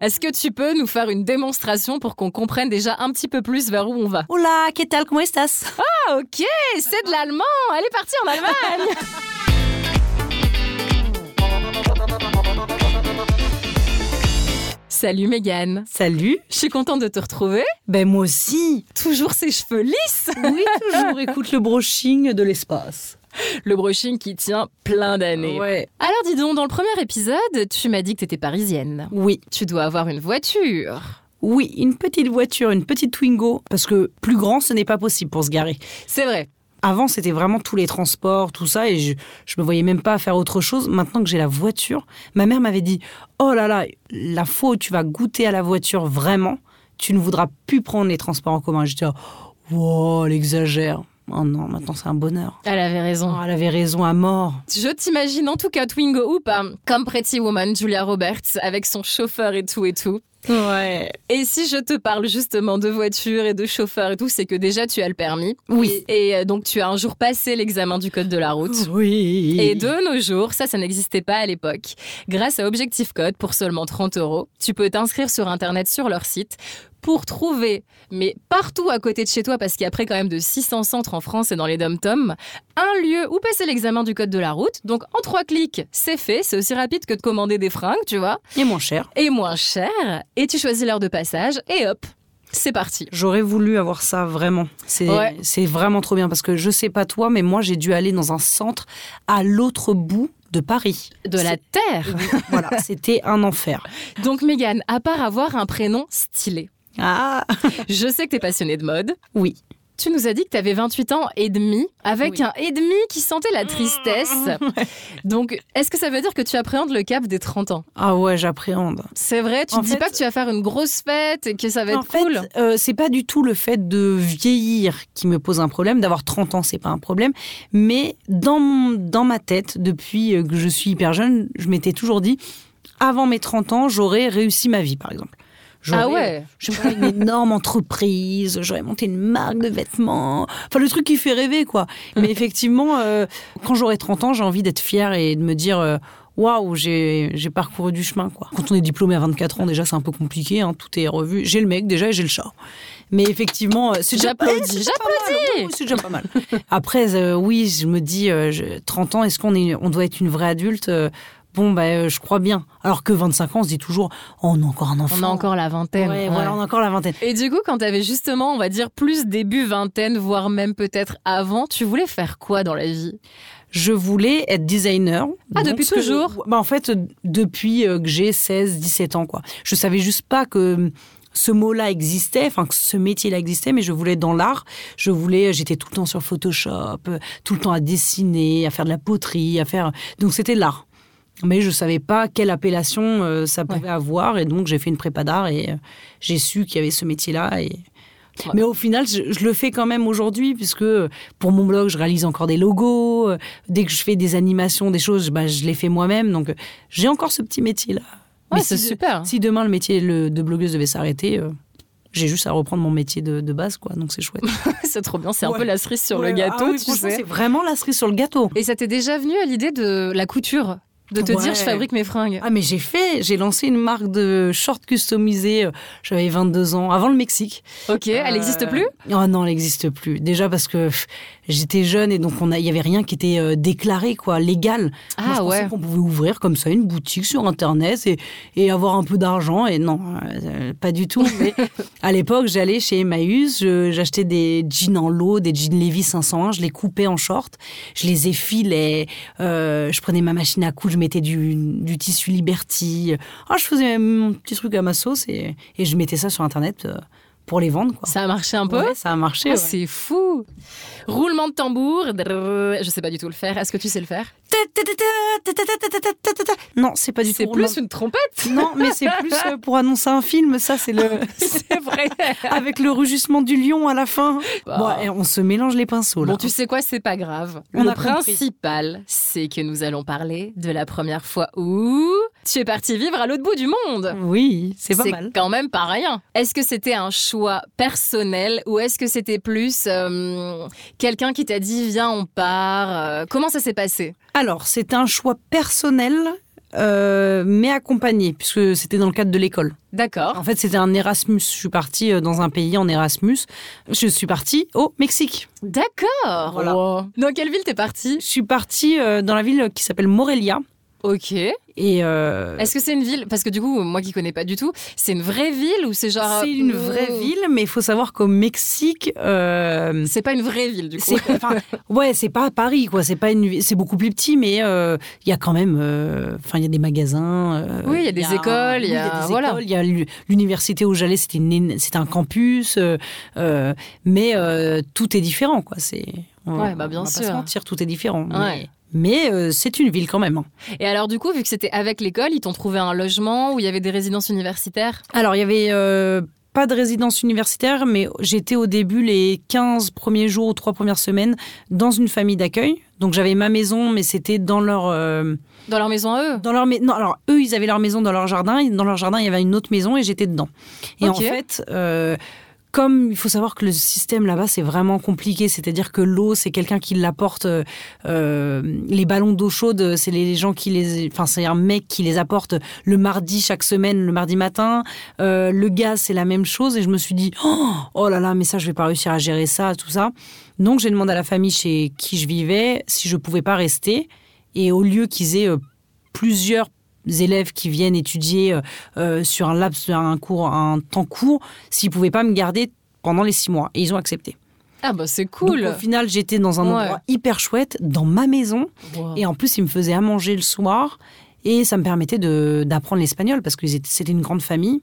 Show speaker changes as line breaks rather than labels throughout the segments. Est-ce que tu peux nous faire une démonstration pour qu'on comprenne déjà un petit peu plus vers où on va
Hola, ¿qué tal? ¿Cómo estás?
Ah ok, c'est de l'allemand Elle est partie en Allemagne Salut Mégane
Salut.
Je suis contente de te retrouver.
Ben moi aussi.
Toujours ces cheveux lisses
Oui, toujours. Écoute le brushing de l'espace.
Le brushing qui tient plein d'années.
Ouais.
Alors dis donc, dans le premier épisode, tu m'as dit que t'étais parisienne.
Oui.
Tu dois avoir une voiture.
Oui, une petite voiture, une petite Twingo, parce que plus grand, ce n'est pas possible pour se garer.
C'est vrai.
Avant, c'était vraiment tous les transports, tout ça, et je, je me voyais même pas faire autre chose. Maintenant que j'ai la voiture, ma mère m'avait dit Oh là là, la fois où tu vas goûter à la voiture vraiment, tu ne voudras plus prendre les transports en commun. Je dis Wow, elle exagère. Oh non, maintenant c'est un bonheur.
Elle avait raison.
Oh, elle avait raison à mort.
Je t'imagine en tout cas Twingo ou pas, comme Pretty Woman Julia Roberts avec son chauffeur et tout et tout.
Ouais.
Et si je te parle justement de voiture et de chauffeur et tout, c'est que déjà tu as le permis.
Oui.
Et euh, donc tu as un jour passé l'examen du code de la route.
Oui.
Et de nos jours, ça, ça n'existait pas à l'époque. Grâce à Objectif Code, pour seulement 30 euros, tu peux t'inscrire sur Internet sur leur site pour trouver, mais partout à côté de chez toi, parce qu'il y a près quand même de 600 centres en France et dans les dom-toms, un lieu où passer l'examen du code de la route. Donc en trois clics, c'est fait, c'est aussi rapide que de commander des fringues, tu vois,
Et moins cher.
et moins cher, et tu choisis l'heure de passage, et hop, c'est parti.
J'aurais voulu avoir ça vraiment. C'est
Ouais.
c'est vraiment trop bien parce que je sais pas toi, mais moi j'ai dû aller dans un centre à l'autre bout de Paris.
De la terre.
C'est- voilà, c'était un enfer.
Donc Mégane, à part avoir un prénom stylé,
Ah
je sais que t'es passionnée de mode.
oui.
Tu nous as dit que tu avais 28 ans et demi, avec
Oui.
un et demi qui sentait la tristesse. Donc, est-ce que ça veut dire que tu appréhendes le cap des 30 ans
Ah ouais, j'appréhende.
C'est vrai, tu
En
te dis
fait-
pas que tu vas faire une grosse fête et que ça va être
en fait,
cool Ah
euh, c'est pas du tout le fait de vieillir qui me pose un problème. D'avoir 30 ans, c'est pas un problème. Mais dans, mon- dans ma tête, depuis euh, que je suis hyper jeune, je m'étais toujours dit, avant mes 30 ans, j'aurais réussi ma vie, par exemple. J'aurais,
Ah ouais
je sais pas, une énorme entreprise, j'aurais monté une marque de vêtements. Enfin, le truc qui fait rêver, quoi. Mais effectivement, euh, quand j'aurai 30 ans, j'ai envie d'être fière et de me dire. euh, Waouh, j'ai j'ai parcouru du chemin, quoi. Quand on est diplômé à 24 ans, déjà, c'est un peu compliqué, hein, tout est revu. J'ai le mec, déjà, et j'ai le chat. Mais effectivement, euh, c'est déjà pas-
J'applaudis,
eh, c'est déjà pas mal,
j'applaudis.
donc, C'est déjà pas mal. Après, euh, oui, je me dis, euh, je- 30 ans, est-ce qu'on est, on doit être une vraie adulte Euh, Bon, bah, euh, je crois bien. Alors que 25 ans, on se dit toujours, oh, on a encore un enfant.
On a encore la vingtaine. ouais.
Ouais, voilà, on a encore la vingtaine.
Et du coup, quand tu avais justement, on va dire, plus début vingtaine, voire même peut-être avant, tu voulais faire quoi dans la vie
Je voulais être designer.
Ah, depuis
ce que-
toujours
bah, En fait, depuis euh, que j'ai 16, 17 ans, quoi. Je savais juste pas que euh, ce mot-là existait, enfin que ce métier-là existait, mais je voulais être dans l'art. Je voulais, euh, j'étais tout le temps sur Photoshop, euh, tout le temps à dessiner, à faire de la poterie, à faire. euh, Donc c'était de l'art. Mais je savais pas quelle appellation euh, ça pouvait avoir, et donc j'ai fait une prépa d'art et euh, j'ai su qu'il y avait ce métier-là. Et...
Ouais.
Mais au final, je, je le fais quand même aujourd'hui, puisque euh, pour mon blog, je réalise encore des logos. euh, Dès que je fais des animations, des choses, bah, je les fais moi-même. Donc, euh, j'ai encore ce petit métier-là.
Ouais,
Mais
c'est
si de-
super. hein.
Si demain, le métier le- de blogueuse devait s'arrêter, euh, j'ai juste à reprendre mon métier de, de base, quoi. Donc, c'est chouette.
c'est trop bien, c'est un
Ouais.
peu la cerise sur
Ouais,
le gâteau,
ah oui,
tu
franchement,
sais.
C'est vraiment la cerise sur le gâteau.
Et ça t'est déjà venu à l'idée de la couture De te dire,
Ouais.
je fabrique mes fringues
Ah mais j'ai fait, j'ai lancé une marque de shorts customisés, euh, j'avais 22 ans, avant le Mexique.
Ok, elle n'existe
Euh,
plus
Oh non, elle n'existe plus. Déjà parce que pff, j'étais jeune et donc on a- il n'y avait rien qui était euh, déclaré, quoi, légal.
Ah
Moi, je pensais
ouais.
qu'on pouvait ouvrir comme ça une boutique sur Internet et, et avoir un peu d'argent. Et non, euh, pas du tout. Mais à l'époque, j'allais chez Emmaüs, je- j'achetais des jeans en lot, des jeans Levi 501, je les coupais en short, je les effilais, euh, je prenais ma machine à coudre, je mettais du, du tissu Liberty. Ah, je faisais mon petit truc à ma sauce et, et je mettais ça sur Internet euh, pour les vendre, quoi.
Ça a marché un peu
Ouais, ça a marché.
Ah,
ouais.
C'est fou Roulement de tambour. Drrrr. Je sais pas du tout le faire. Est-ce que tu sais le faire
Non, c'est pas du tout.
C'est plus une trompette
Non, mais c'est plus euh, pour annoncer un film, ça c'est
Euh,
le
C'est vrai
avec le rugissement du lion à la fin. Bon, et on se mélange les pinceaux là.
Bah. Bon, tu sais quoi, c'est pas grave.
On
le
a compris.
principal, c'est que nous allons parler de la première fois où tu es parti vivre à l'autre bout du monde.
Oui, c'est pas mal.
quand même pas rien. Est-ce que c'était un choix personnel ou est-ce que c'était plus euh, quelqu'un qui t'a dit viens on part euh, Comment ça s'est passé
Alors, c'est un choix personnel euh, mais accompagnée, puisque c'était dans le cadre de l'école.
D'accord.
En fait, c'était un Erasmus. Je suis partie euh, dans un pays en Erasmus. Je suis partie au Mexique.
D'accord.
Voilà.
Wow. Dans quelle ville t'es partie
Je suis partie euh, dans la ville qui s'appelle Morelia.
Ok.
Et euh,
Est-ce que c'est une ville Parce que du coup, moi qui connais pas du tout, c'est une vraie ville ou c'est genre. Oh.
c'est une vraie ville, mais il faut savoir qu'au Mexique, euh,
C'est pas une vraie ville du coup.
c'est enfin, ouais, c'est pas à Paris quoi. C'est pas une, vi- c'est beaucoup plus petit, mais euh, il y a quand même, euh, enfin il y a des magasins. euh,
Oui, il y a des écoles, il y
oui,
a-
des
voilà.
écoles, il y a l'u- l'université où j'allais, c'était une éne- c'était un campus, euh, euh, mais euh, tout est différent quoi. C'est on,
Ouais, bah, bien
on va
sûr.
Pas se mentir, tout est différent. mais-
Ouais.
Mais, euh, c'est une ville quand même. hein.
Et alors du coup, vu que c'était avec l'école, ils t'ont trouvé un logement où il y avait des résidences universitaires
Alors, il y avait euh, pas de résidence universitaire, mais j'étais au début les 15 premiers jours ou 3 premières semaines dans une famille d'accueil. Donc j'avais ma maison, mais c'était dans leur euh,
dans leur maison à eux.
dans leur mais- non alors eux ils avaient leur maison dans leur jardin et dans leur jardin il y avait une autre maison et j'étais dedans. Et
Ok.
en fait euh, comme il faut savoir que le système là-bas c'est vraiment compliqué, c'est-à-dire que l'eau c'est quelqu'un qui l'apporte, euh, euh, les ballons d'eau chaude c'est les gens qui les, enfin c'est un mec qui les apporte le mardi chaque semaine, le mardi matin, Euh, le gaz c'est la même chose et je me suis dit oh, oh là là mais ça je vais pas réussir à gérer ça tout ça, donc j'ai demandé à la famille chez qui je vivais si je pouvais pas rester et au lieu qu'ils aient euh, plusieurs élèves qui viennent étudier euh, euh, sur un laps, sur un cours, un temps court, s'ils pouvaient pas me garder pendant les six mois. Et ils ont accepté.
Ah bah c'est
Donc,
cool.
au final, j'étais dans un
Ouais.
endroit hyper chouette, dans ma maison.
Wow.
Et en plus, ils me faisaient à manger le soir. Et ça me permettait de- d'apprendre l'espagnol parce que ils étaient- c'était une grande famille.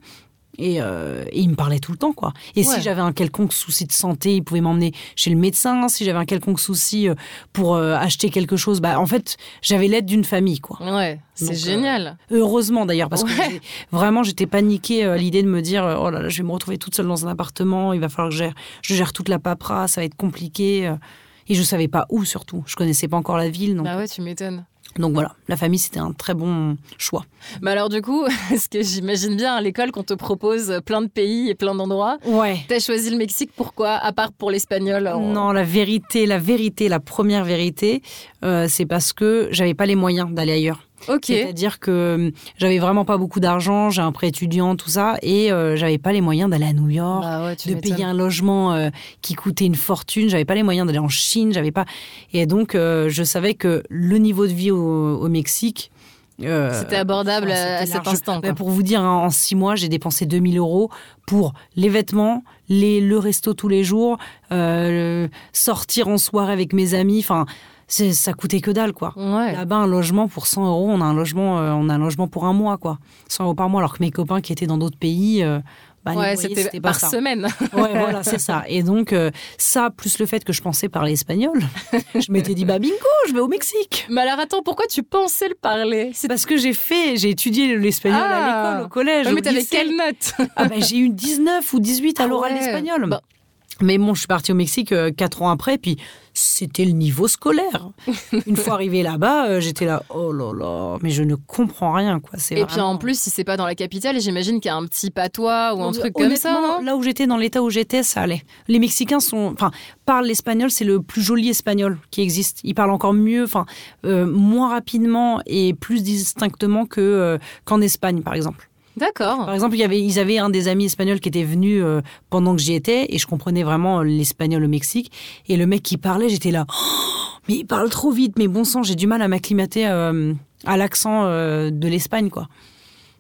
Et, euh, et ils me parlaient tout le temps, quoi. Et
Ouais.
si j'avais un quelconque souci de santé, ils pouvaient m'emmener chez le médecin. Si j'avais un quelconque souci euh, pour euh, acheter quelque chose, bah, en fait, j'avais l'aide d'une famille, quoi.
Ouais, c'est
Donc, euh,
génial.
Heureusement d'ailleurs, parce
Ouais.
que j'ai- vraiment j'étais paniquée euh, à l'idée de me dire euh, oh là là, je vais me retrouver toute seule dans un appartement, il va falloir que je gère, je gère toute la paperasse, ça va être compliqué. euh. Et je savais pas où surtout, je connaissais pas encore la ville. Donc,
Bah ouais, tu m'étonnes.
donc voilà, la famille c'était un très bon choix.
Mais Bah alors du coup, ce que j'imagine bien, à l'école, qu'on te propose euh, plein de pays et plein d'endroits.
Ouais.
T'as choisi le Mexique, pourquoi À part pour l'espagnol. on-
Non, la vérité, la vérité, la première vérité, euh, c'est parce que j'avais pas les moyens d'aller ailleurs.
Ok.
C'est-à-dire que euh, j'avais vraiment pas beaucoup d'argent, j'ai un prêt étudiant, tout ça, et euh, j'avais pas les moyens d'aller à New York.
Bah ouais, tu
de
m'étonnes.
payer un logement euh, qui coûtait une fortune. J'avais pas les moyens d'aller en Chine, j'avais pas. Et donc, euh, je savais que le niveau de vie au, au Mexique. euh,
C'était abordable
enfin,
à, à
c'était
cet
large.
instant.
Bah,
quoi.
pour vous dire, hein, en six mois, j'ai dépensé 2000 euros pour les vêtements, les, le resto tous les jours, euh, sortir en soirée avec mes amis. Enfin, c'est- ça coûtait que dalle, quoi.
Ouais.
Là-bas, un logement pour 100 euros, on a un logement, euh, on a un logement pour un mois, quoi. 100 euros par mois, alors que mes copains qui étaient dans d'autres pays, euh, bah, les
Ouais,
loyers,
c'était
pas
par
ça.
semaine.
Ouais, voilà, c'est ça. Et donc, euh, ça, plus le fait que je pensais parler espagnol, je m'étais dit, bah bingo, je vais au Mexique.
Mais alors attends, pourquoi tu pensais le parler
C'est parce que j'ai fait, j'ai étudié l'espagnol
Ah.
à l'école, au collège.
Ouais, Mais
au
t'avais
lycée.
quelle note
Ah, bah, J'ai eu 19 ou 18 à
Ah
l'oral
ouais.
espagnol.
Bah.
Mais bon, je suis partie au Mexique euh, quatre ans après, puis c'était le niveau scolaire. Une fois arrivée là-bas, euh, j'étais là, oh là là, mais je ne comprends rien, quoi. C'est
Et puis en
vraiment-
plus, si c'est pas dans la capitale, j'imagine qu'il y a un petit patois ou un
Donc,
truc comme ça,
honnêtement,
non
Là où j'étais, dans l'état où j'étais, ça allait. Les Mexicains sont, enfin, parlent l'espagnol, c'est le plus joli espagnol qui existe. Ils parlent encore mieux, enfin, euh, moins rapidement et plus distinctement que euh, qu'en Espagne, par exemple.
D'accord.
Par exemple, il y avait, ils avaient un des amis espagnols qui était venu euh, pendant que j'y étais et je comprenais vraiment l'espagnol au Mexique. Et le mec qui parlait, j'étais là, Oh, mais il parle trop vite, mais bon sang, j'ai du mal à m'acclimater euh, à l'accent euh, de l'Espagne, quoi.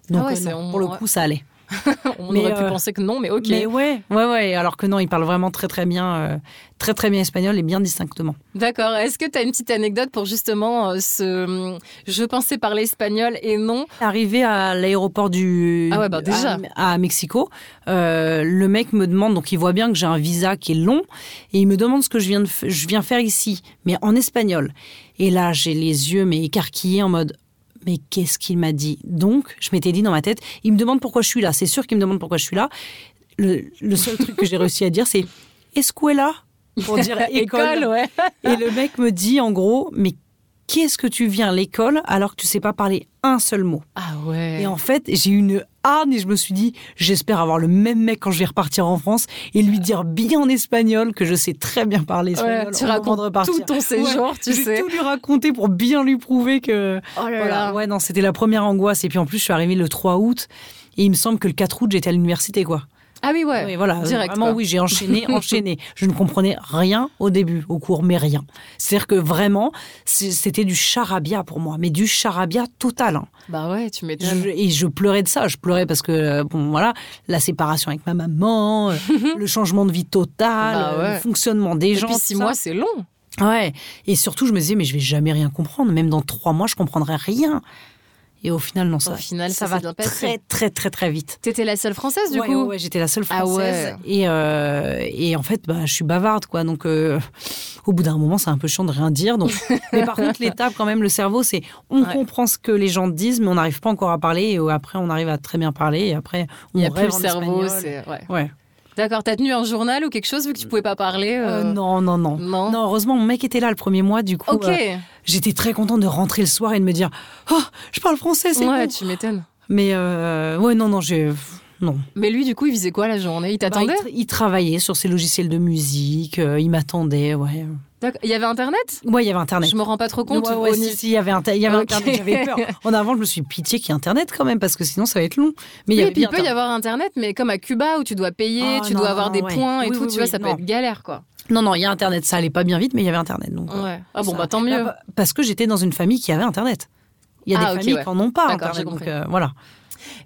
Donc,
Ah ouais,
euh,
c'est-
non,
on-
pour le coup, ça allait.
On
mais,
aurait pu
euh,
penser que non, mais ok.
Mais ouais, ouais, ouais. Alors que non, il parle vraiment très, très bien, euh, très, très bien espagnol et bien distinctement.
D'accord. Est-ce que tu as une petite anecdote pour justement euh, ce. Je pensais parler espagnol et non.
Arrivé à l'aéroport du
Ah ouais, bah déjà.
à, à Mexico, euh, le mec me demande donc il voit bien que j'ai un visa qui est long et il me demande ce que je viens de f- je viens faire ici, mais en espagnol. Et là, j'ai les yeux mais écarquillés en mode. Mais qu'est-ce qu'il m'a dit Donc, je m'étais dit dans ma tête, il me demande pourquoi je suis là. C'est sûr qu'il me demande pourquoi je suis là. Le, le seul truc que j'ai réussi à dire, c'est Escuela pour dire école.
ouais.
Et le mec me dit en gros, mais qu'est-ce que tu viens à l'école alors que tu sais pas parler un seul mot
Ah ouais.
Et en fait, j'ai eu une harne et je me suis dit, j'espère avoir le même mec quand je vais repartir en France et lui dire bien en espagnol que je sais très bien parler espagnol.
Ouais, tu
au moment
racontes
de repartir.
tout ton séjour, tu
J'ai
sais.
tout lui raconté pour bien lui prouver que.
Oh là
Voilà. Ouais, non, c'était la première angoisse. Et puis en plus, je suis arrivée le 3 août et il me semble que le 4 août, j'étais à l'université, quoi.
Ah oui, ouais.
Oui, voilà, euh,
Direct,
vraiment,
quoi.
oui, j'ai enchaîné, enchaîné. Je ne comprenais rien au début, au cours, mais rien. C'est-à-dire que vraiment, c'est- c'était du charabia pour moi, mais du charabia total. hein.
Bah ouais, tu m'étonnes.
Je- et je pleurais de ça. Je pleurais parce que, euh, bon, voilà, la séparation avec ma maman, euh, le changement de vie total,
Bah
euh,
ouais.
le fonctionnement des
Et
gens.
puis
tout
six
ça.
mois, c'est long.
Ouais. Et surtout, je me disais, mais je vais jamais rien comprendre. Même dans trois mois, je comprendrai rien. Et au final, non, ça,
final, ça
va
s'est bien passé.
très, très, très, très vite.
T'étais la seule française du
Ouais,
coup.
ouais, ouais, j'étais la seule
Ah
française.
ouais.
et, euh, et en fait, bah, je suis bavarde, quoi. Donc, euh, au bout d'un moment, c'est un peu chiant de rien dire. Donc... mais par contre, l'étape, quand même, le cerveau, c'est on
Ouais.
comprend ce que les gens disent, mais on n'arrive pas encore à parler. Et euh, après, on arrive à très bien parler. Et après, on
Il n'y a plus
rêve
le
en
cerveau.
espagnol.
c'est- ouais.
Ouais.
D'accord, t'as tenu un journal ou quelque chose vu que tu pouvais pas parler
Euh,
euh,
non, non, non.
Non.
Non, heureusement, mon mec était là le premier mois, du coup,
Ok.
euh,
Ouais,
j'étais très contente de rentrer le soir et de me dire Oh, je parle français, c'est bon.
tu m'étonnes.
Mais euh, ouais, non, non, j'ai. Non.
Mais lui, du coup, il faisait quoi la journée Il
Bah, il,
t'attendait
tra- il travaillait sur ses logiciels de musique, euh, il m'attendait, ouais.
D'accord. Il y avait Internet
Ouais, il y avait Internet.
Je me rends pas trop compte.
Ouais, ouais,
au
si,
niveau-
si, il y avait, inter- il y avait
Ok.
Internet, j'avais peur. En avant, je me suis dit, pitié qu'il y ait Internet quand même, parce que sinon ça va être long. Mais il y
Oui,
avait
et puis il
bien
peut y avoir Internet, mais comme à Cuba où tu dois payer,
Ah,
tu
non,
dois avoir
non,
des
ouais.
points et
Oui,
tout,
oui,
tu
oui,
vois, ça
non.
peut être galère quoi.
Internet. Non, non, il y a Internet, ça allait pas bien vite, mais il y avait Internet. Donc, euh,
Ouais. Ah bon,
ça-
bah tant mieux.
Là, parce que j'étais dans une famille qui avait Internet. Il y a
Ah,
des
ok,
familles
ouais.
qui en ont pas.
D'accord, j'ai
Internet, donc
compris.
euh, voilà.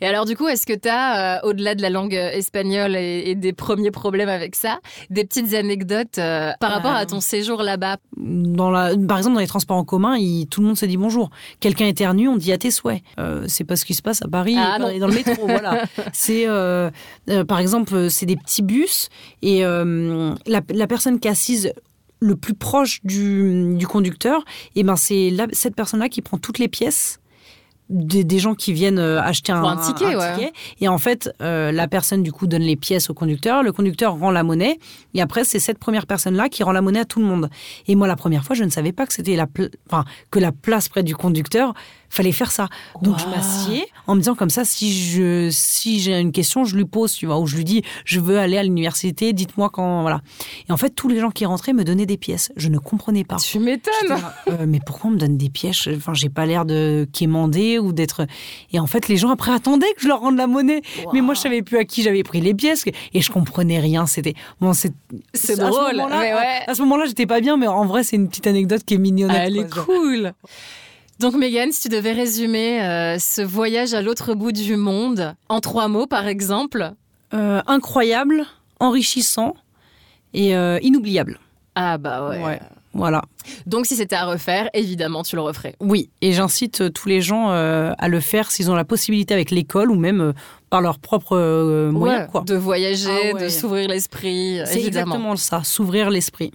Et alors, du coup, est-ce que tu as, au-delà de la langue euh, espagnole et, et des premiers problèmes avec ça, des petites anecdotes euh, par
Euh,
rapport à ton séjour là-bas
Dans la, par exemple, dans les transports en commun, il- tout le monde se dit bonjour. Quelqu'un éternue, on dit à tes souhaits. Euh, c'est pas ce qui se passe à Paris
Ah,
et dans-
non.
et dans le métro. voilà. C'est, euh, euh, par exemple, euh, c'est des petits bus et euh, la, la personne qui est assise le plus proche du, du conducteur, et ben c'est la- cette personne-là qui prend toutes les pièces. Des, des gens qui viennent euh, acheter un,
Pour un ticket, ouais.
ticket. et en fait euh, la personne du coup donne les pièces au conducteur le conducteur rend la monnaie et après c'est cette première personne là qui rend la monnaie à tout le monde et moi, la première fois, je ne savais pas que c'était la, pla- enfin, que la place près du conducteur, fallait faire ça. Donc je
Wow.
m'assieds en me disant comme ça, si je, si j'ai une question, je lui pose, tu vois, ou je lui dis, je veux aller à l'université, dites-moi quand, voilà. Et en fait, tous les gens qui rentraient me donnaient des pièces. Je ne comprenais pas.
Tu
J'étais
m'étonnes
là, Euh, mais pourquoi on me donne des pièces Enfin, j'ai pas l'air de quémander ou d'être. Et en fait, les gens après attendaient que je leur rende la monnaie. Mais moi, je savais plus à qui j'avais pris les pièces et je comprenais rien. C'était bon, c'est
C'est
à ce
drôle,
moment-là,
mais ouais.
À ce moment-là, j'étais pas bien, mais en vrai, c'est une petite anecdote qui est mignonnette.
Ah, Elle
quoi,
est
genre.
cool Donc, Megan, si tu devais résumer euh, ce voyage à l'autre bout du monde en trois mots, par exemple.
Euh, incroyable, enrichissant et euh, inoubliable.
Ah bah ouais.
Ouais. Voilà.
Donc, si c'était à refaire, évidemment, tu le referais.
Oui, et j'incite euh, tous les gens euh, à le faire s'ils ont la possibilité avec l'école ou même euh, par leurs propres euh, moyens.
Ouais,
quoi.
De voyager,
Ah ouais.
de s'ouvrir l'esprit,
C'est
évidemment.
exactement ça, s'ouvrir l'esprit.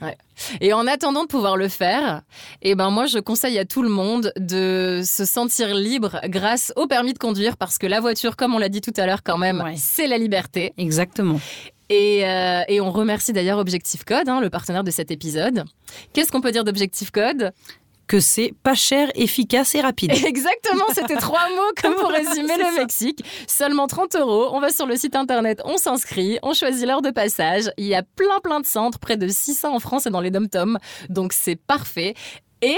Et en attendant de pouvoir le faire, eh ben moi je conseille à tout le monde de se sentir libre grâce au permis de conduire parce que la voiture, comme on l'a dit tout à l'heure quand même,
Ouais.
c'est la liberté.
Exactement.
Et, euh, et on remercie d'ailleurs Objectif Code, hein, le partenaire de cet épisode. Qu'est-ce qu'on peut dire d'Objectif Code
Que c'est pas cher, efficace et rapide.
Exactement, c'était trois mots comme pour résumer
C'est
le
ça.
Mexique. Seulement 30 euros, on va sur le site internet, on s'inscrit, on choisit l'heure de passage. Il y a plein plein de centres, près de 600 en France et dans les dom-toms, donc c'est parfait. Et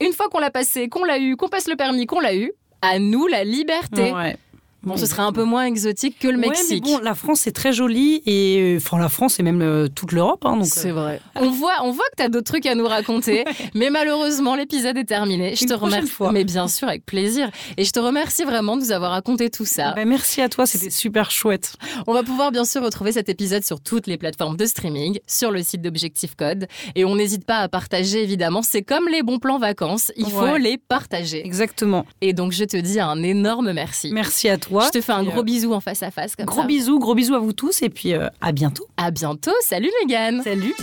une fois qu'on l'a passé, qu'on l'a eu, qu'on passe le permis, qu'on l'a eu, à nous la liberté.
Ouais.
Bon, ce sera un peu moins exotique que le
Ouais, mais
Mexique.
bon, la France est très jolie et euh, enfin la France et même euh, toute l'Europe. hein, donc, euh,
c'est vrai. On voit, on voit que t'as d'autres trucs à nous raconter, mais malheureusement l'épisode est terminé. Je
Une
te
prochaine
remercie.
fois.
Mais bien sûr, avec plaisir. Et je te remercie vraiment de nous avoir raconté tout ça.
Ben, merci à toi, c'était super chouette.
On va pouvoir bien sûr retrouver cet épisode sur toutes les plateformes de streaming, sur le site d'Objectif Code. Et on n'hésite pas à partager, évidemment. C'est comme les bons plans vacances, il faut
Ouais.
les partager.
Exactement.
Et donc, je te dis un énorme merci.
Merci à toi.
Je te fais un
Et,
gros
euh,
bisou en face à face. Comme
Gros
ça.
bisous, gros bisous à vous tous et puis euh, à bientôt.
À bientôt. Salut Mégane.
Salut.